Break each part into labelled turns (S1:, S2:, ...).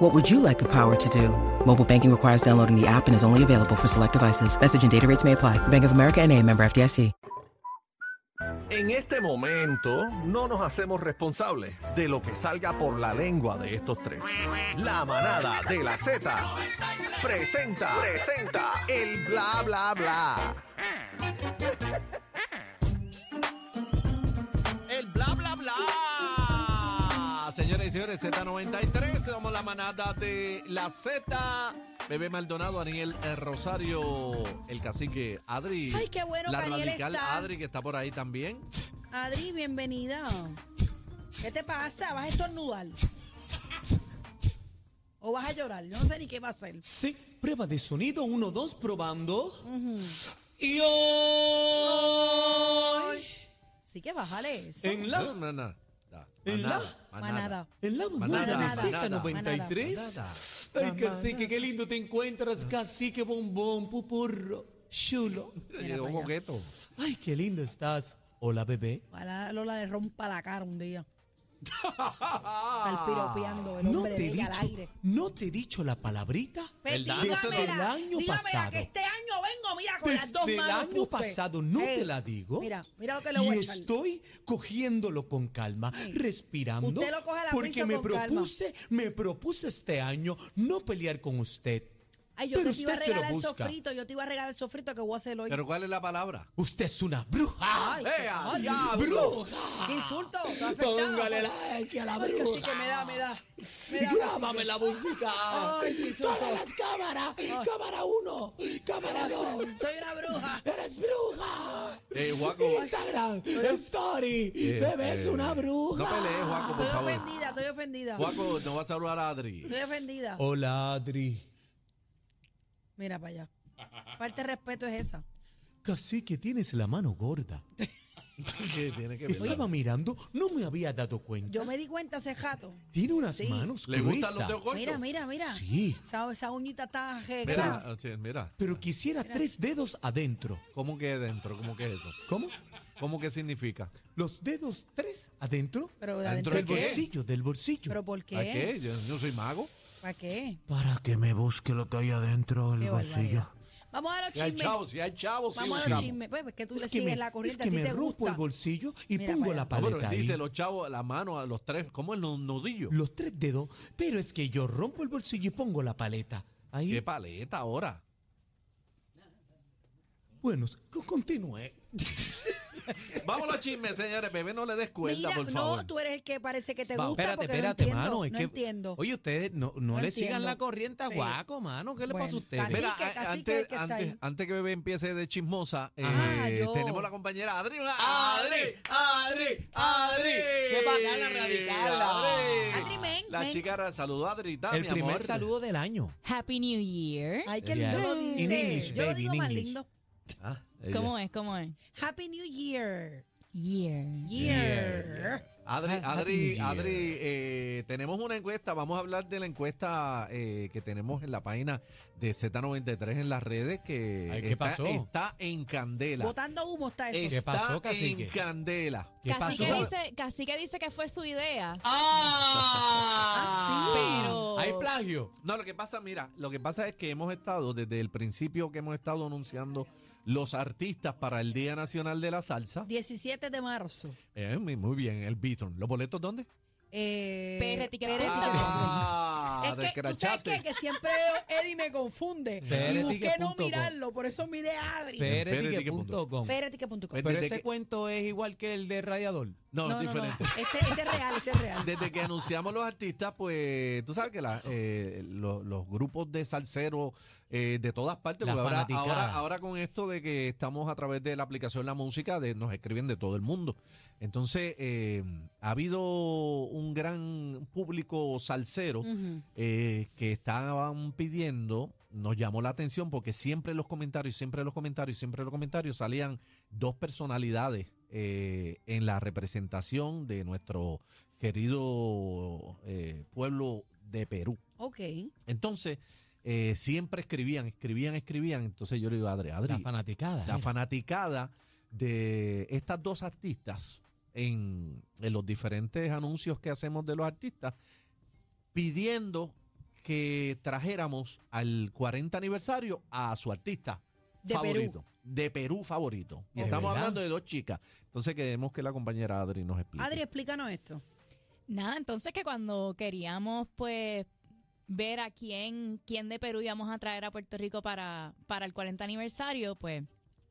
S1: What would you like the power to do? Mobile banking requires downloading the app and is only available for select devices. Message and data rates may apply. Bank of America and a member FDIC.
S2: En este momento no nos hacemos responsables de lo que salga por la lengua de estos tres. La manada de la Z presenta, presenta el bla bla bla.
S3: El bla bla bla. Señoras y señores, Z93, somos la manada de la Z. Bebé Maldonado, Aniel eh, Rosario, el cacique Adri.
S4: Ay, qué bueno
S3: La
S4: que Aniel
S3: radical
S4: está.
S3: Adri, que está por ahí también.
S4: Adri, bienvenida. ¿Qué te pasa? ¿Vas a estornudar? ¿O vas a llorar? Yo no sé ni qué va a hacer.
S5: Sí, prueba de sonido 1, 2, probando. Y hoy,
S4: Así que bájale eso.
S3: Eh,
S5: en la,
S3: No, no, no.
S5: En la-
S3: Manada, manada.
S4: Manada.
S5: en la
S3: Manada,
S5: manada
S3: manada, manada.
S5: Z93. Ay, cacique, qué lindo te encuentras, cacique bombón, pupurro, chulo.
S3: Llegó
S4: para allá.
S3: coqueto.
S5: Ay, qué lindo estás. Hola, bebé.
S4: Ojalá Lola le rompa la cara un día. Estar piropeando el
S5: No
S4: hombre
S5: te,
S4: de
S5: he
S4: ella al
S5: dicho,
S4: aire.
S5: ¿No te he dicho la palabrita?
S4: Pues
S3: ¿Verdad?
S4: dígamela,
S5: Desde el año
S4: dígamela,
S5: pasado.
S4: que este año vengo, mira, con las dos
S5: Desde el
S4: manos.
S5: año
S4: usted.
S5: pasado no
S4: Eh,
S5: te la digo.
S4: Mira, mira lo que le
S5: y
S4: voy a echar.
S5: estoy cogiéndolo con calma, respirando.
S4: Usted lo coge a la
S5: porque
S4: prisa
S5: me
S4: con calma.
S5: propuse, me propuse este año no pelear con usted.
S4: Ay, yo
S5: pero
S4: te iba a
S5: usted se lo
S4: regalar el
S5: busca.
S4: sofrito, yo te iba a regalar el sofrito que voy a hacer hoy.
S3: Pero ¿cuál es la palabra?
S5: Usted es una bruja.
S4: Ay,
S3: ¡Ea,
S4: ay,
S3: diablo!
S5: ¡Bruja!
S4: ¡Qué insulto! Te ha afectado.
S5: Ah. Póngale like a la
S4: Ay, que sí que
S5: bruja.
S4: me da, me da. Me da.
S5: Grábame la música.
S4: Ay, qué susto.
S5: Todas las cámaras. Cámara 1, cámara 2.
S4: Ah. Soy una bruja.
S5: ¡Eres bruja!
S3: Eh, Juaco.
S5: Instagram, Story, bebé es una
S3: Eh, No
S5: bruja.
S3: pelees, Juaco,
S4: Estoy
S3: por favor.
S4: ofendida, estoy ofendida.
S3: Juaco, no vas a saludar a Adri.
S4: Estoy ofendida.
S5: Oh. Hola, Adri.
S4: Mira para allá. Falta de respeto es esa.
S5: Casi que tienes la mano gorda.
S3: ¿Qué tiene que ver?
S5: Estaba mirando, no me había dado cuenta.
S4: Yo me di cuenta hace rato.
S5: Tiene unas manos
S3: ¿Le gustan los
S5: gruesas.
S3: teocortos?
S4: Mira, mira, mira.
S5: Sí. eh,
S4: Esa, esa uñita está
S3: Mira,
S4: arreglada.
S3: o sea, mira.
S5: Pero quisiera tres dedos adentro.
S3: ¿Cómo que dentro? ¿Cómo que es eso?
S5: ¿Cómo?
S3: ¿Cómo que significa?
S5: Los dedos tres adentro.
S4: Pero de
S3: ¿Dentro
S4: adentro.
S5: Del
S3: de qué?
S5: bolsillo, del bolsillo.
S4: ¿Pero por qué?
S3: ¿A qué? Yo, yo soy mago.
S4: ¿Para qué?
S5: Para que me busque lo que hay adentro
S4: Qué
S5: del
S4: barbaridad. Vamos a los
S3: Si hay
S4: chismes.
S3: chavos, si hay chavos, sí
S4: Vamos a los
S3: buscamos.
S4: chismes. Pues, es que tú
S5: Es
S4: le
S5: que
S4: sigues
S5: me,
S4: la
S5: es
S4: corriente.
S5: que
S4: a ti
S5: me
S4: te
S5: rompo
S4: gusta.
S5: el bolsillo y
S4: Mira pues,
S5: pongo
S4: para
S5: la
S4: allá.
S3: No, pero
S5: paleta ahí.
S3: dice los chavos, la mano a los tres, ¿cómo el nu- nudillo?
S5: Los tres dedos, pero es que yo rompo el bolsillo y pongo la paleta. Ahí.
S3: ¿Qué paleta ahora?
S5: Bueno, co- continúe.
S3: Vamos a los chismes, señores. Bebé, no le des cuerda,
S4: Mira, no,
S3: por favor.
S4: tú eres el que parece que te
S5: Va,
S4: gusta.
S5: espérate,
S4: porque
S5: espérate,
S4: no entiendo,
S5: mano. Es
S4: no
S5: que,
S4: entiendo.
S5: Oye, ustedes no, no
S4: No
S5: le sigan
S4: entiendo.
S5: la corriente a
S4: Sí.
S5: Guaco, mano. ¿Qué le
S4: Bueno,
S5: pasa a ustedes?
S4: casi
S3: Mira,
S4: que,
S3: a-
S4: casi que
S3: antes,
S4: el que está
S3: antes,
S4: ahí.
S3: antes que Bebé empiece de chismosa, eh,
S4: Ah, yo.
S3: tenemos la compañera Adri. una-
S5: Adri, Adri, Adri. Qué bacana radical, Adri.
S4: Adri, men,
S3: La
S4: men.
S3: chica ra- saludó a Adri
S5: El
S3: también,
S5: primer saludo del año.
S6: Happy New Year.
S4: Ay, qué
S5: Yeah.
S4: lindo lo
S5: In
S4: dice.
S5: English,
S4: Yo lo
S5: baby,
S4: digo
S5: in
S4: más
S5: English.
S4: lindo.
S3: Ah, eh,
S6: ¿Cómo es? ¿Cómo es?
S4: Happy New Year.
S6: Year.
S4: Year.
S3: Adri,
S5: Ah, Happy
S3: Adri,
S5: New Year.
S3: Adri, eh, tenemos una encuesta. Vamos a hablar de la encuesta eh, que tenemos en la página de Z93 en las redes que
S5: Ay, ¿qué
S3: está,
S5: pasó?
S3: está en candela.
S4: Botando humo está eso.
S5: ¿Qué
S3: Está
S5: pasó,
S3: en
S5: cacique?
S3: candela.
S5: ¿Qué
S6: Cacique
S5: pasó?
S6: dice, Cacique dice que fue su idea.
S5: ¡Ah!
S6: Ah, sí. Pero-
S5: Hay plagio.
S3: No, lo que pasa, mira, lo que pasa es que hemos estado, desde el principio que hemos estado anunciando los artistas para el Día Nacional de la Salsa.
S4: 17 de marzo.
S3: Eh, muy muy bien, el Beaton. ¿Los boletos dónde?
S4: Eh,
S6: PR Ticket
S4: PR
S6: punto
S4: Ticket.
S6: com.
S3: Ah,
S4: Es que tú sabes
S3: descrachate.
S4: qué? que siempre Eddie me confunde.
S5: PR
S4: Y busqué
S5: Ticket
S4: no
S5: punto com.
S4: mirarlo, por eso miré a Adri.
S5: PRTicket.com.
S4: PRTicket.com.
S5: Pero
S3: Desde
S5: ese
S3: que-
S5: cuento es igual que el de Radiador.
S3: No, es diferente.
S4: Este, este es real, este es real.
S3: Desde que anunciamos los artistas, pues tú sabes que la- eh, los, los grupos de salseros eh, de todas partes,
S5: La
S3: porque ahora,
S5: fanaticada.
S3: ahora, ahora con esto de que estamos a través de la aplicación La Música, de, nos escriben de todo el mundo. Entonces, eh, ha habido un gran público salsero eh, que estaban pidiendo nos llamó la atención porque siempre en los comentarios, siempre en los comentarios, siempre en los comentarios salían dos personalidades eh, en la representación de nuestro querido eh, pueblo de Perú.
S4: Ok.
S3: Entonces, eh, siempre escribían, escribían, escribían. Entonces yo le digo a Adri, Adri,
S5: La fanaticada. eh".
S3: la
S5: mira.
S3: fanaticada de estas dos artistas en, en los diferentes anuncios que hacemos de los artistas, pidiendo que trajéramos al 40 aniversario a su artista
S4: De
S3: favorito. De Perú favorito. Y
S5: ¿De
S3: estamos
S5: verdad?
S3: hablando de dos chicas. Entonces queremos que la compañera Adri nos explique.
S4: Adri, explícanos esto.
S6: Nada, entonces que cuando queríamos, pues, ver a quién, quién de Perú íbamos a traer a Puerto Rico para, para el 40 aniversario, pues,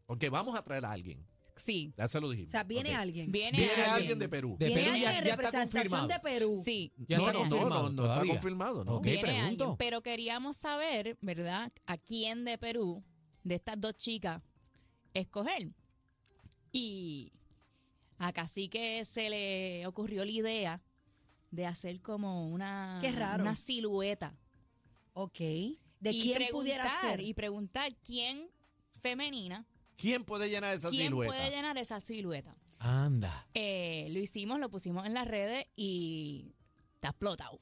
S3: Porque vamos a traer a alguien.
S6: sí.
S3: Ya se lo
S4: O
S3: dijimos.
S4: sea, viene
S3: Ok.
S4: alguien.
S6: Viene,
S3: Viene alguien de Perú.
S5: De
S4: viene
S5: Perú
S4: alguien
S5: ya-
S4: en
S5: ya está
S4: representación
S5: confirmado.
S4: de Perú.
S6: Sí.
S5: Ya
S3: no,
S5: está
S3: no,
S6: viene
S3: no,
S5: confirmado
S3: no, no está
S5: todavía.
S3: confirmado, ¿no?
S5: Ok,
S6: Viene
S5: pregunto.
S6: alguien, pero queríamos saber, ¿verdad? A quién de Perú, de estas dos chicas, escoger. Y a Cacique se le ocurrió la idea de hacer como una,
S4: Qué raro.
S6: una silueta.
S4: Ok. ¿De
S6: Y
S4: quién pudiera
S6: preguntar-
S4: ser?
S6: Y preguntar quién femenina,
S3: ¿Quién puede llenar esa
S6: quién
S3: silueta?
S6: puede llenar esa silueta.
S5: Anda.
S6: Eh, lo hicimos, lo pusimos en las redes y está explotado.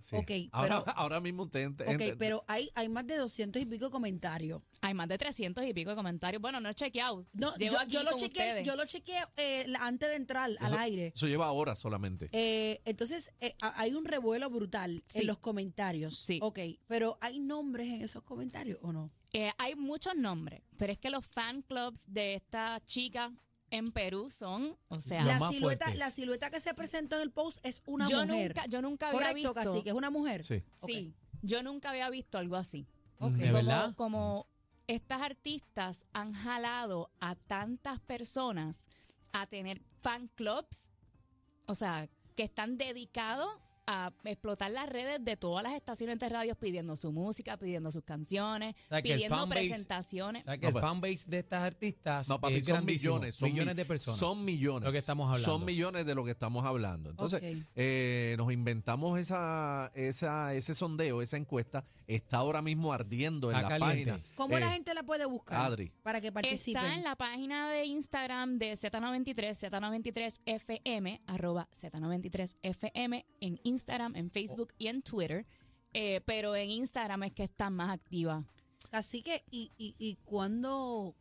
S3: Sí.
S4: Ok,
S3: ahora,
S4: pero-
S3: ahora mismo usted ent-
S4: Ok,
S3: ent-
S4: pero hay, hay más de 200 y pico comentarios.
S6: Hay más de 300 y pico de comentarios. Bueno, no he chequeado.
S4: No,
S6: Llevo
S4: yo,
S6: aquí
S4: yo lo
S6: con
S4: chequeé,
S6: ustedes.
S4: yo lo chequeé eh, la- antes de entrar al
S3: Eso-
S4: aire.
S3: Eso lleva horas solamente.
S4: Eh, entonces, eh, ha- hay un revuelo brutal
S6: Sí.
S4: en los comentarios.
S6: Sí.
S4: Ok, pero ¿hay nombres en esos comentarios o no?
S6: Eh, hay muchos nombres, pero es que los fan clubs de esta chica en Perú son, o sea,
S5: Los
S4: La
S5: más
S4: silueta,
S5: fuertes.
S4: la silueta que se presentó en el post es una
S6: yo
S4: mujer.
S6: nunca, yo nunca había
S4: Correcto,
S6: visto,
S4: casi que es una mujer.
S5: Sí.
S6: sí, yo nunca había visto algo así.
S4: Ok.
S5: ¿De
S6: Como-
S5: verdad?
S6: Como estas artistas han jalado a tantas personas a tener fan clubs, o sea, que están dedicados a explotar las redes de todas las estaciones de radios pidiendo su música, pidiendo sus canciones,
S5: O sea, que el
S6: pidiendo
S5: fanbase-
S6: presentaciones.
S5: O sea, que
S3: No,
S5: el
S3: pero-
S5: fanbase de estas artistas
S3: No, papi,
S5: es
S3: son
S5: grandísimo.
S3: millones. Son
S5: eh, millones
S3: mi-
S5: de personas.
S3: Son millones.
S5: Lo que estamos hablando.
S3: Son millones de lo que estamos hablando. Entonces,
S4: Ok.
S3: eh, nos inventamos esa, esa, ese sondeo, esa encuesta. Está ahora mismo ardiendo en
S5: Está
S3: la
S5: caliente.
S3: página.
S4: ¿Cómo
S3: Eh,
S4: la gente la puede buscar?
S3: Adri.
S4: Para que participen.
S6: Está en la página de Instagram de Z93, Z93FM, arroba Z93FM, en Instagram, en Facebook y en Twitter. Eh, pero en Instagram es que está más activa.
S4: Así que, ¿y, y, y cuándo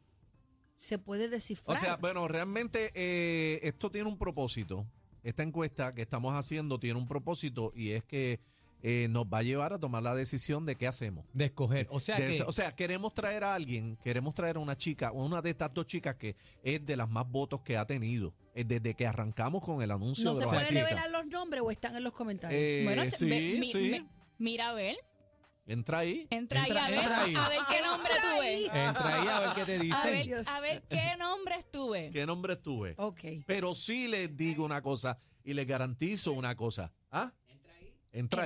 S4: se puede
S3: O
S4: descifrar?
S3: sea, bueno, realmente eh, esto tiene un propósito. Esta encuesta que estamos haciendo tiene un propósito y es que eh, nos va a llevar a tomar la decisión de qué hacemos.
S5: de escoger. O sea,
S3: De
S5: que
S3: eso- o sea, queremos traer a alguien, queremos traer a una chica, una de estas dos chicas que es de las más votos que ha tenido eh, desde que arrancamos con el anuncio
S4: ¿No
S3: de
S4: se
S3: los
S4: pueden
S3: artistas.
S4: revelar los nombres o están en los comentarios?
S3: Eh,
S6: bueno, che-
S3: sí,
S6: ve- mi-
S3: sí.
S6: me- mira a ver,
S3: Entra ahí.
S5: Entra-
S6: entra, ahí a ver,
S5: entra ahí.
S6: a ver qué nombre
S4: Entra
S6: tuve.
S5: entra ahí a ver qué te
S6: A
S5: dicen.
S6: ver,
S4: Dios.
S6: a ver qué nombre tuve.
S3: ¿Qué nombre tuve?
S4: ok.
S3: Pero sí les digo una cosa y les garantizo una cosa. ¿Ah? Entra ahí.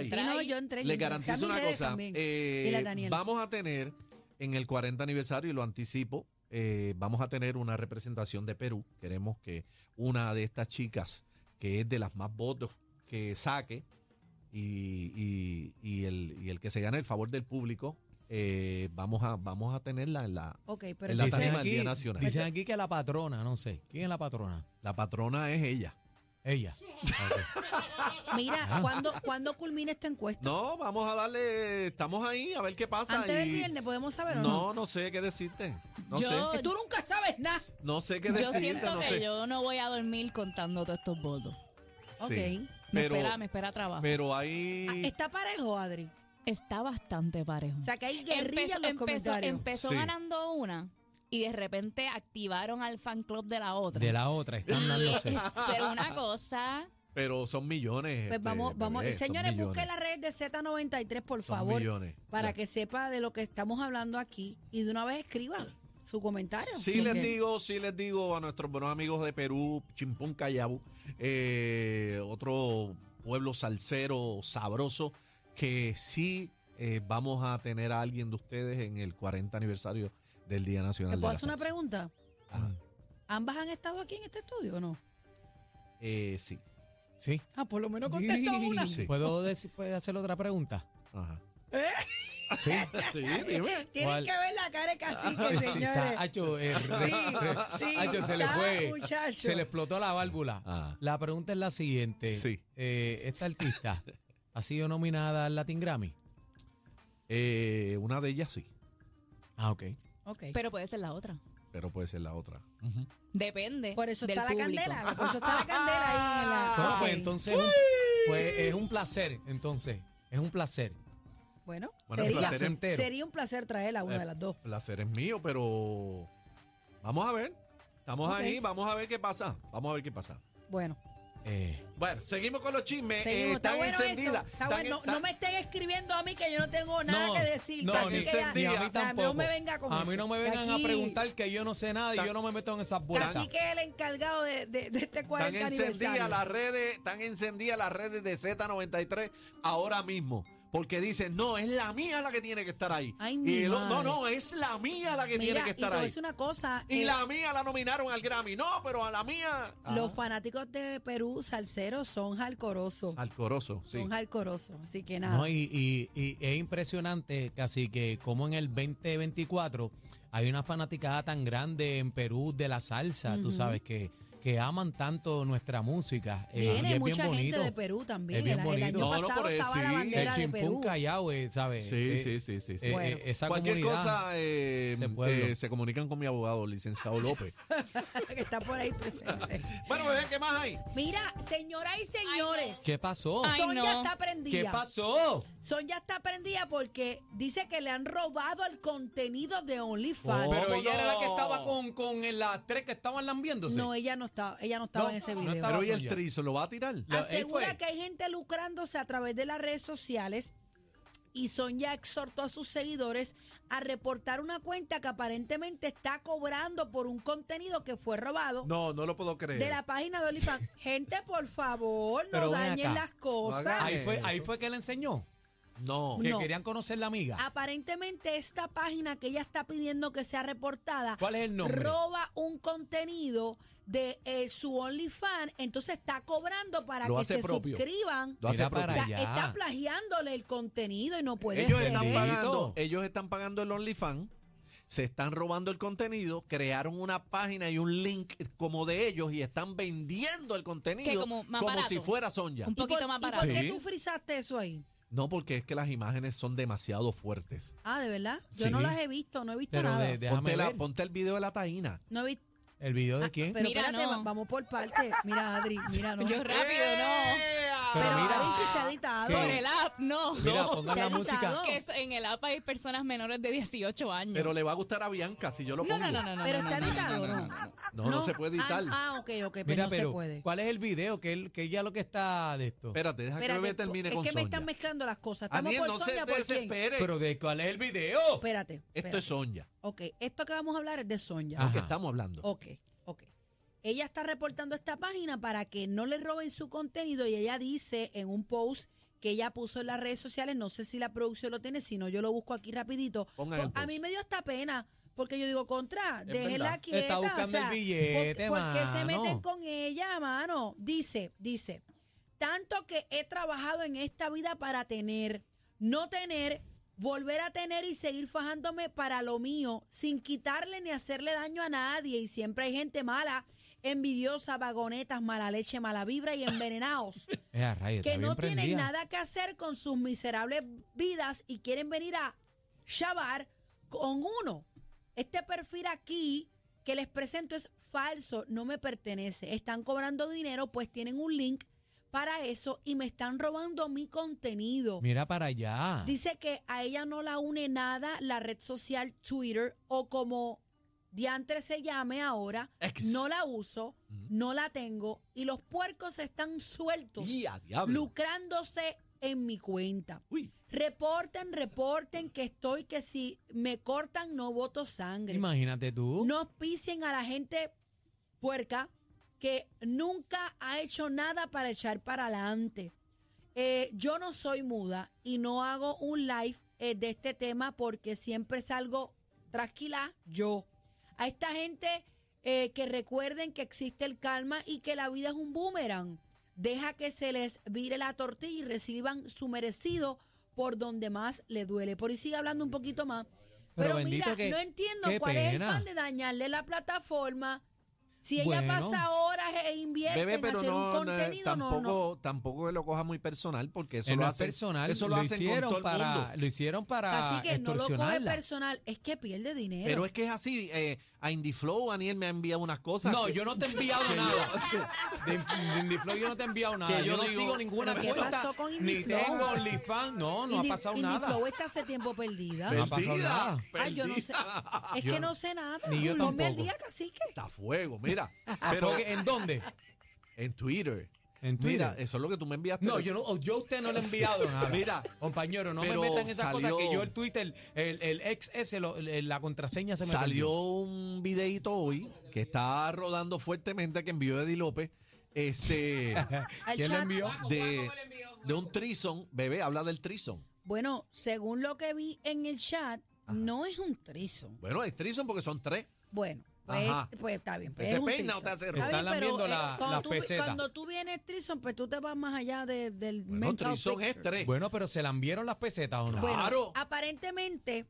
S4: Sí,
S3: Entra ahí.
S4: no, yo entré.
S3: Les
S4: yo entré.
S3: garantizo
S4: Están
S3: una
S4: ustedes
S3: cosa.
S4: también.
S3: eh,
S4: Y la Daniela.
S3: vamos a tener en el 40 aniversario, y lo anticipo, eh, vamos a tener una representación de Perú. Queremos que una de estas chicas, que es de las más votos, que saque y, y- y el, y el que se gane el favor del público, eh, vamos, a, vamos a tenerla en la...
S4: ok, pero
S3: en la
S4: entonces-
S3: tarima del Día Nacional.
S5: dicen aquí que la patrona, no sé. ¿Quién es la patrona?
S3: La patrona es ella.
S5: Ella.
S4: mira, ¿cuándo, ¿cuándo culmina esta encuesta?
S3: No, vamos a darle. Estamos ahí, a ver qué pasa.
S4: Antes del
S3: y-
S4: viernes, ¿podemos saber o no?
S3: No, no sé qué decirte. No
S6: Yo-
S3: sé.
S4: Eh, Tú nunca sabes nada.
S3: No sé qué
S6: Yo
S3: decirte.
S6: siento
S3: no
S6: que
S3: sé.
S6: yo no voy a dormir contando todos estos votos.
S3: Sí.
S4: Ok.
S6: Me
S3: Pero,
S6: espera, me espera trabajo.
S3: pero
S4: Ah,
S3: ahí.
S4: Está parejo, Adri.
S6: Está bastante parejo.
S4: O sea, que hay guerrilla
S6: empezó,
S4: en los
S6: empezó-
S4: comentarios.
S6: empezó
S3: Sí.
S6: ganando una y de repente activaron al fan club de la otra.
S5: De la otra, están dándose.
S6: Pero una cosa,
S3: Pero son millones.
S4: Pues
S3: este,
S4: vamos, vamos.
S3: bebé, son
S4: Señores,
S3: millones.
S4: busquen la red de Z93, por
S3: Son
S4: favor.
S3: millones.
S4: Para
S3: Ya.
S4: que sepa de lo que estamos hablando aquí. Y de una vez escriba su comentario.
S3: Sí
S4: Ok.
S3: les digo, sí les digo a nuestros buenos amigos de Perú, Chimpún Callabu, eh, otro pueblo salsero sabroso, que sí eh, vamos a tener a alguien de ustedes en el 40 aniversario del Día Nacional
S4: ¿Te
S3: de
S4: puedo
S3: la
S4: hacer una
S3: Salsa.
S4: pregunta?
S3: Ajá.
S4: ¿Ambas han estado aquí en este estudio o no?
S3: Eh, sí.
S5: Sí.
S4: Ah, por lo menos contestó una.
S3: Sí.
S5: ¿Puedo, decir- puedo hacer otra pregunta?
S3: Ajá.
S5: Sí.
S3: Sí, dime.
S4: Tienen
S5: ¿Cuál? Ah,
S4: que ver la cara de cacique,
S5: Sí,
S4: señores.
S5: está, Acho, eh, re-
S4: Sí,
S5: re-
S4: sí,
S5: Acho, se le
S4: está,
S5: fue.
S4: muchacho.
S5: Se le explotó la válvula.
S3: Ah.
S5: La pregunta es la siguiente.
S3: Sí.
S5: Eh, esta artista ha sido nominada al Latin Grammy.
S3: Eh, una de ellas sí,
S5: Ah, ok.
S4: Ok.
S6: Pero puede ser la otra.
S3: pero puede ser la otra.
S6: Depende.
S4: Por eso
S6: del
S4: está
S6: público.
S4: la candela. Por eso está la candela ahí en la.
S5: No, pues
S4: Ok.
S5: entonces es un- pues, es un placer, entonces. Es un placer.
S4: Bueno,
S3: Bueno,
S4: sería,
S3: un
S5: placer entero.
S4: sería un placer traerla a una
S3: Eh,
S4: de las dos.
S3: Placer es mío, pero vamos a ver. Estamos
S4: Ok.
S3: ahí, vamos a ver qué pasa. Vamos a ver qué pasa.
S4: Bueno,
S5: Eh,
S3: Bueno, seguimos con los chismes.
S4: seguimos.
S3: eh,
S4: está
S3: están
S4: bueno
S3: encendidas.
S4: eso. Está
S3: están-
S4: bueno. No- No,
S3: están-
S4: me estén escribiendo a mí que yo no tengo nada que decir.
S5: No,
S4: cacique,
S5: ni,
S4: ya.
S5: ni a
S4: O
S5: mí
S4: sea,
S5: tampoco.
S4: No me venga con
S5: A
S4: eso,
S5: mí no me
S4: que
S5: vengan
S4: aquí-
S5: a preguntar que yo no sé nada y
S3: Tan-
S5: yo no me meto en esas bolas.
S4: Casi que el encargado de, de- de este 40
S3: Están encendidas
S4: aniversario.
S3: las redes, están encendidas las redes de Z93 ahora mismo. Porque dicen, no, es la mía la que tiene que estar ahí.
S4: Ay,
S3: Y
S4: mi
S3: el o- no,
S4: madre.
S3: no, es la mía la que
S4: Mira,
S3: tiene que
S4: y te
S3: estar
S4: voy a
S3: ahí.
S4: decir una cosa.
S3: Y
S4: eh,
S3: la mía la nominaron al Grammy. No, pero a la mía. ah,
S5: Ah.
S4: Los fanáticos de Perú, salseros, son jalcorosos.
S3: al corozo, sí.
S4: Son jalcorosos. Así que nada.
S5: Ah, No, y, y- y es impresionante, casi que como en el 2024 hay una fanaticada tan grande en Perú de la salsa, tú sabes, que, que aman tanto nuestra música. eh,
S4: Viene
S5: y es
S4: mucha
S5: bien
S4: gente
S5: bonito.
S4: de Perú también.
S5: Es bien
S4: el, el
S5: bonito.
S4: año
S3: No, no,
S4: pasado
S3: por eso,
S4: estaba la
S3: sí.
S4: bandera
S5: El
S4: de Perú.
S5: chimpún callao, eh, ¿sabes?
S3: Sí,
S5: Eh,
S3: sí, sí, sí, sí.
S5: eh,
S4: Bueno.
S5: eh, esa
S3: Cualquier
S5: comunidad,
S3: cosa eh,
S5: ese pueblo.
S3: eh, se comunican con mi abogado, el licenciado López.
S4: que está por ahí presente.
S3: bueno, bebé, ¿qué más hay?
S4: Mira, señoras y señores,
S5: ¿Qué pasó?
S6: Ay,
S4: Son ya
S6: no.
S4: está prendida.
S5: ¿Qué pasó?
S4: Son ya está prendida porque dice que le han robado el contenido de OnlyFans.
S5: Pero
S3: ¿Cómo
S5: ella era la que
S3: no?
S5: estaba con, con las tres que estaban lambiéndose.
S4: no, ella no estaba, ella no estaba
S5: No,
S4: en ese
S5: no
S4: video.
S5: estaba.
S3: Pero y el
S5: soy yo.
S3: trizo lo va a tirar.
S5: La- él
S4: Asegura
S5: fue.
S4: que hay gente lucrándose a través de las redes sociales y Sonia exhortó a sus seguidores a reportar una cuenta que aparentemente está cobrando por un contenido que fue robado
S3: No, eh. no lo puedo creer.
S4: de la página de OnlyFans. gente, por favor, no
S5: Pero ven
S4: dañen
S5: acá.
S4: las cosas.
S3: hagan
S5: ahí, fue,
S3: eso.
S5: ahí fue que le enseñó.
S3: No.
S5: Que
S4: No. Ah,
S5: querían conocer la amiga.
S4: Aparentemente esta página que ella está pidiendo que sea reportada
S5: ¿Cuál es el nombre?
S4: roba un contenido de eh, su OnlyFans, entonces está cobrando para
S3: Lo
S4: que
S3: hace
S4: se
S3: propio.
S4: suscriban.
S3: Lo hace
S5: Mira
S3: propio.
S4: O sea,
S5: para allá.
S4: está plagiándole el contenido y no puede
S3: Ellos
S4: ser.
S3: están,
S5: Bendito.
S3: pagando, ellos están pagando el OnlyFans, se están robando el contenido, crearon una página y un link como de ellos y están vendiendo el
S6: Que
S3: contenido
S6: como más
S3: si
S6: barato.
S3: fuera Sonja.
S6: Un
S4: ¿Y por-
S6: poquito más barato.
S4: ¿Y por qué
S3: Sí.
S4: tú frizaste eso ahí?
S3: No, porque es que las imágenes son demasiado fuertes.
S4: Ah, ¿de verdad? Yo
S5: Sí.
S4: no las he visto, no he visto
S5: Pero
S4: nada.
S5: de- de- Déjame
S3: Ponte, la-
S5: ver.
S3: ponte el video de la taína.
S4: No he visto.
S5: ¿El video de quién?
S4: Pero
S6: Mira,
S4: espérate,
S6: no.
S4: va- vamos por parte. Mira, Adri, mira, no.
S6: Yo rápido, no.
S4: Eh,
S5: Pero
S4: Pero
S5: mira.
S4: Adri sí está editado.
S5: ¿Qué?
S6: Por el app, no.
S5: Mira, pues,
S4: No,
S5: pongan
S4: está
S5: la música.
S4: editado.
S6: Que eso- en el app hay personas menores de 18 años.
S3: Pero le va a gustar a Bianca si yo lo
S6: no,
S3: pongo.
S6: no, no, no, no.
S4: Pero
S6: no,
S4: está
S6: no, no,
S4: editado,
S6: no,
S4: ¿no?
S6: no, no, no.
S3: No, no se puede editar.
S4: Ah, ah, ok, ok, pero
S5: Mira,
S4: no
S5: pero
S4: se puede.
S5: ¿cuál es el video que él, que ella lo que está de esto?
S3: Espérate, deja
S4: Espérate,
S3: que bebé termine
S4: es
S3: con
S4: que me
S3: Sonia.
S4: están mezclando las cosas. Estamos
S3: Aniel,
S4: por
S3: no se
S4: Sonia, ¿por quién?
S3: desespere.
S5: Pero de cuál es el video?
S4: Espérate,
S3: Esto
S4: espérate.
S3: es Sonia,
S4: Ok, esto que vamos a hablar es de Sonia.
S5: Ah.
S3: lo que
S5: Ajá.
S3: estamos hablando.
S4: Ok, ok. Ella está reportando esta página para que no le roben su contenido y ella dice en un post que ella puso en las redes sociales, no sé si la producción lo tiene, si no yo lo busco aquí rapidito. Pues,
S3: Pongan el
S4: A
S3: post.
S4: mí me dio esta pena porque yo digo, contra,
S3: Es
S4: déjela
S3: verdad.
S4: quieta.
S5: Está
S4: o
S5: buscando
S4: sea,
S5: el billete,
S4: ¿por, por qué se
S5: mano?
S4: meten con ella, mano? Dice, dice, tanto que he trabajado en esta vida para tener, no tener, volver a tener y seguir fajándome para lo mío, sin quitarle ni hacerle daño a nadie. Y siempre hay gente mala, envidiosa, vagonetas, mala leche, mala vibra y envenenados
S5: Eh, a rayos,
S4: que
S5: está
S4: no tienen
S5: bien prendida.
S4: nada que hacer con sus miserables vidas y quieren venir a chavar con uno. Este perfil aquí que les presento es falso, no me pertenece. Están cobrando dinero, pues tienen un link para eso y me están robando mi contenido.
S5: Mira para allá.
S4: Dice que a ella no la une nada la red social Twitter o como diantre se llame ahora,
S3: Ex.
S4: no la uso, no la tengo y los puercos están sueltos
S3: Y a diablo.
S4: lucrándose en mi cuenta.
S3: Uy.
S4: Reporten, reporten que estoy, que si me cortan no voto sangre.
S5: Imagínate tú.
S4: No auspicien a la gente puerca que nunca ha hecho nada para echar para adelante. Eh, yo no soy muda y no hago un live eh, de este tema porque siempre salgo tranquila yo. A esta gente eh, que recuerden que existe el calma y que la vida es un boomerang. Deja que se les vire la tortilla y reciban su merecido por donde más le duele. Por ahí sigue hablando un poquito más.
S5: Pero
S4: Pero,
S5: bendito
S4: mira,
S5: que-
S4: no entiendo
S5: qué
S4: cuál es el
S5: pena.
S4: fan de dañarle la plataforma. Si ella
S5: Bueno.
S4: pasa horas e invierte
S3: Bebé,
S4: en
S3: pero
S4: hacer un
S3: no, no,
S4: contenido, no,
S3: tampoco,
S4: no.
S3: tampoco que lo coja muy personal porque eso
S5: Eh,
S3: lo
S5: no es
S3: hacen,
S5: personal,
S3: eso lo,
S5: lo,
S3: hacen con todo
S5: hicieron
S3: el mundo.
S5: para, lo hicieron para
S4: Así que no lo coge
S5: extorsionarla.
S4: personal, es que pierde dinero.
S3: Pero es que es así. Eh, a Indie Flow, Aniel me ha enviado unas cosas.
S5: No,
S3: que-
S5: yo no te he enviado
S3: que yo-
S5: nada. De, de Indiflow yo no te he enviado nada.
S3: Que yo
S5: Yo no
S3: digo-
S5: sigo ninguna
S4: ¿Pero qué
S5: cuenta.
S4: pasó con
S5: ni
S4: Indiflow?
S5: tengo OnlyFans. No, no
S4: Indie-
S5: ha pasado
S4: Indie
S5: nada.
S4: Flow está hace tiempo perdida.
S5: No ha pasado
S3: Perdida,
S5: nada.
S4: Ay, yo no sé.
S3: perdida.
S4: Es
S5: Yo
S4: que
S5: no-
S4: no sé nada.
S5: ni yo
S4: Ponme al
S5: tampoco.
S4: día, cacique.
S3: Está a fuego, mira.
S5: Pero,
S3: Pero
S5: ¿En dónde?
S3: en Twitter.
S5: En
S3: Mira,
S5: Twitter.
S3: eso es lo que tú me enviaste.
S5: No, yo, no, o yo a usted no le he enviado nada.
S3: Mira,
S5: compañero, no me
S3: pero
S5: metan esas cosas
S3: salió-
S5: que yo el Twitter, el, el XS, lo- el- la contraseña se me
S3: Salió
S5: perdió.
S3: un videito hoy que está rodando fuertemente que envió Eddie López. Este.
S4: Al
S5: ¿Quién le
S4: chat.
S5: envió?
S3: de, de un trison. Bebé, habla del trison.
S4: Bueno, según lo que vi en el chat, no es un trizo.
S3: Bueno, es trison porque son tres.
S4: Bueno, pues,
S3: Ajá.
S4: pues está bien. pues
S3: ¿Te
S4: es un
S3: peina o
S4: threesome.
S3: te hace
S4: Está
S5: Están
S4: bien, pero,
S5: lamiendo
S4: eh,
S5: la-
S4: cuando
S5: las
S4: tú,
S5: pesetas.
S4: Cuando tú vienes trison, pues tú te vas más allá de- del
S3: Bueno,
S4: mental
S3: trison es
S4: picture.
S3: tres.
S5: Bueno, pero se la enviaron las pesetas o no.
S4: Bueno,
S3: Claro.
S4: aparentemente,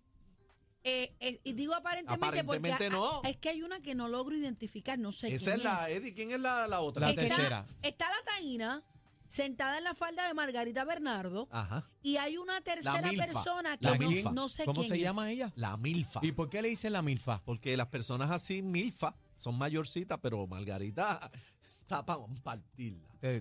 S4: eh, eh, y digo aparentemente,
S3: Aparentemente
S4: porque a-
S3: no.
S4: a- es que hay una que no logro identificar, no sé
S3: Esa
S4: quién
S3: es la, Eddie, ¿quién es la, la otra?
S5: La
S4: está,
S5: tercera.
S4: Está la taína sentada en la falda de Margarita Bernardo
S3: Ajá.
S4: y hay una tercera
S3: milfa,
S4: persona que
S3: la
S4: no,
S3: milfa.
S4: no sé
S5: ¿Cómo
S4: quién
S5: se
S4: es.
S5: llama ella?
S3: La milfa.
S5: ¿Y por qué le dicen la milfa?
S3: Porque las personas así, milfa, son mayorcitas, pero Margarita está para compartirla.
S5: Eh,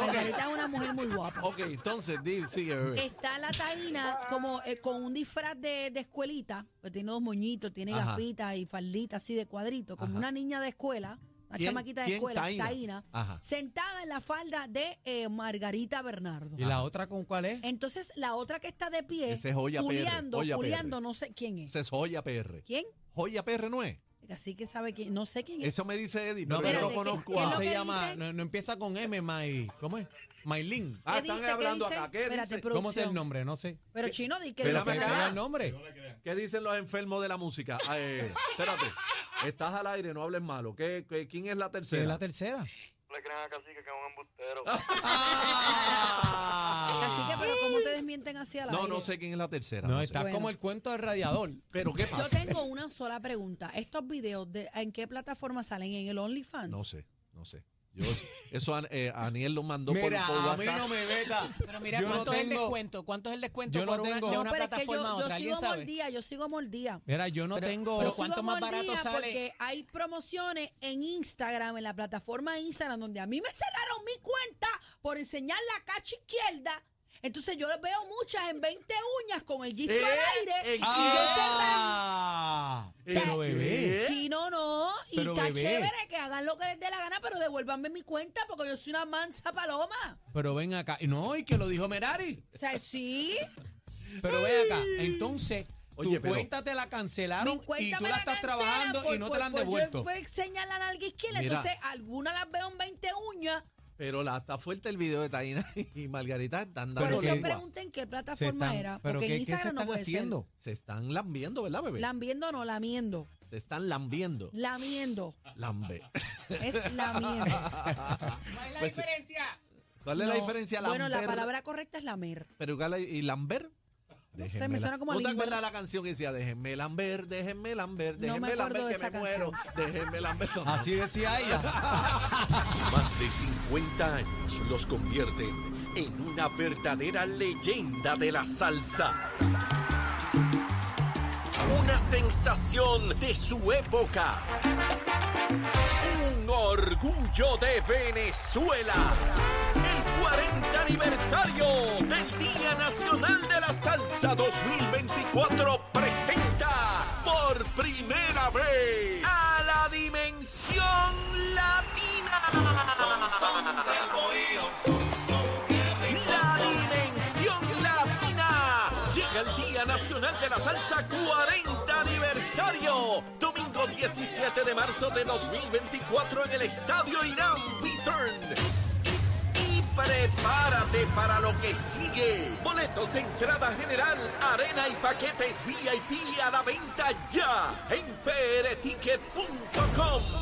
S4: Margarita es una mujer muy guapa.
S3: Ok, entonces, di- sigue, bebé.
S4: Está la taína como eh, con un disfraz de, de escuelita, pues tiene dos moñitos, tiene
S3: Ajá.
S4: gafitas y faldita así de cuadrito, como
S3: Ajá.
S4: una niña de escuela, una
S3: ¿Quién-
S4: chamaquita de
S3: quién
S4: escuela,
S3: Taína?
S4: taína,
S3: Ajá.
S4: sentada en la falda de eh, Margarita Bernardo.
S5: ¿Y la otra con cuál es?
S4: Eh, Entonces la otra que está de pie,
S3: Ese es Joya PR,
S4: culeando,
S3: Joya
S4: culeando,
S3: PR.
S4: no sé quién es.
S3: Esa es joya PR.
S4: ¿Quién?
S3: Joya PR no es.
S4: Así que sabe quién, no sé quién es.
S3: Eso me dice Eddie,
S5: No,
S3: pero yo
S5: pero
S3: no
S4: ¿qué-
S3: conozco
S4: qué
S3: a.
S4: es lo
S5: se
S4: que
S5: llama,
S4: dice?
S5: no, no empieza con M, May. ¿Cómo es? Maylin.
S3: Ah,
S4: ¿Qué
S3: están
S4: dice, qué
S3: hablando
S4: dice?
S3: acá. ¿Qué
S4: Espérate,
S3: dice?
S4: pero-
S5: ¿Cómo es el
S4: Producción.
S5: nombre? No sé.
S4: Pero chino, di que
S5: Pero
S3: Espérame
S4: dice
S5: se me
S3: acá.
S5: pega
S4: nada.
S5: el nombre.
S3: ¿Qué dicen los enfermos de la música? Ah, eh, espérate, estás al aire, no hables malo. ¿Qué, qué- quién es la
S5: ¿Quién
S3: tercera?
S5: es la tercera?
S7: le crean a Cacique que es un embustero.
S4: Así que, pero ¿cómo te desmienten hacia la
S3: Ah. no, no sé quién es la tercera.
S5: Ah. No,
S3: no sé.
S5: está
S4: Bueno.
S5: como el cuento del radiador.
S3: Pero ¿qué
S4: Yo
S3: pasa?
S4: tengo una sola pregunta. ¿Estos videos de, en qué plataforma salen? ¿En el OnlyFans?
S3: No sé, no sé. Yo, eso a- eh, Aniel lo mandó por-
S5: Mira,
S3: por,
S5: a mí
S3: WhatsApp.
S5: no me veta.
S8: Pero mira,
S5: Yo no
S8: ¿cuánto es el
S5: tengo-
S8: descuento? ¿Cuánto es el descuento
S5: Yo no
S8: por una,
S5: tengo-
S8: de
S5: No,
S8: una
S4: pero es que
S8: plataforma a
S4: yo, yo
S8: otra? ¿Alguien
S4: sigo
S8: sabe?
S4: mordida, yo sigo mordida.
S5: Mira, yo no tengo.
S8: pero
S4: yo
S8: ¿cuánto
S4: sigo
S8: más barato
S4: mordida
S8: sale?
S4: Porque hay promociones en Instagram, en la plataforma Instagram, donde a mí me cerraron mi cuenta por enseñar la cacha izquierda. Entonces yo veo muchas en 20 uñas con el gisto
S3: ¿Eh?
S4: al aire. Y
S3: ¿En qué?
S5: ¡Ah!
S4: yo cerré.
S5: Pero bebé.
S3: ¿Eh?
S4: Sí, no, no. Y
S5: Pero,
S4: está
S5: bebé.
S4: chévere que hagan lo que les dé la gana, pero devuélvanme mi cuenta porque yo soy una mansa paloma.
S5: Pero ven acá. Y No, y que lo dijo Merari.
S4: O sea, sí.
S5: Pero ven acá. Entonces,
S3: Oye,
S5: tu
S3: pero-
S5: cuenta te la
S4: Mi
S5: cancelaron y
S4: cuenta
S5: tú
S4: me
S5: la, estás
S4: cancelan
S5: trabajando
S4: por-
S5: y no
S4: por-
S5: te la han
S4: por
S5: devuelto.
S4: Yo fue enseñar la nalga izquierda,
S3: Mira.
S4: entonces algunas las veo en 20 uñas.
S3: Pero la, está fuerte el video de Taina y Margarita están
S4: Por
S3: dando
S4: eso
S5: qué-
S3: lengua.
S4: pregunté en qué
S5: Se
S4: plataforma
S5: están-
S4: era.
S5: pero
S4: Porque
S5: ¿qué,
S4: en
S5: qué se
S4: Instagram no
S5: están
S4: puede
S5: haciendo?
S3: Se están lambiendo, ¿verdad,
S4: ser.
S3: bebé?
S4: Lambiendo o no, lamiendo.
S3: Se están lambiendo.
S4: Lamiendo.
S3: Lambe.
S4: Es lamiendo.
S8: ¿Cuál es la
S3: Pues-
S8: diferencia?
S3: ¿Cuál es la
S4: No.
S3: diferencia?
S4: Bueno, la
S3: Lamber-
S4: palabra correcta es lamer.
S3: Pero ¿cuál es- ¿Y lamber?
S4: sé, me suena como
S3: ¿No te
S4: Limber.
S3: acuerdas de la canción que decía déjenme lamber, déjenme lamber,
S4: No me
S3: déjenme
S4: acuerdo
S3: lamber
S4: de
S3: que
S4: esa
S3: me muero, déjenme lamber? No.
S5: Así decía ella.
S9: Más de 50 años los convierten en una verdadera leyenda de la salsa. Una sensación de su época. Un orgullo de Venezuela. El 40 aniversario del Día Nacional de la Salsa 2024 presenta por primera vez a la Dimensión Latina. La dimensión latina. Llega el Día Nacional de la Salsa 40 aniversario. Domingo 17 de marzo de 2024 en el Estadio Irán Bittern. Y prepárate para lo que sigue. Boletos, entrada general, arena y paquetes VIP a la venta ya en prticket.com.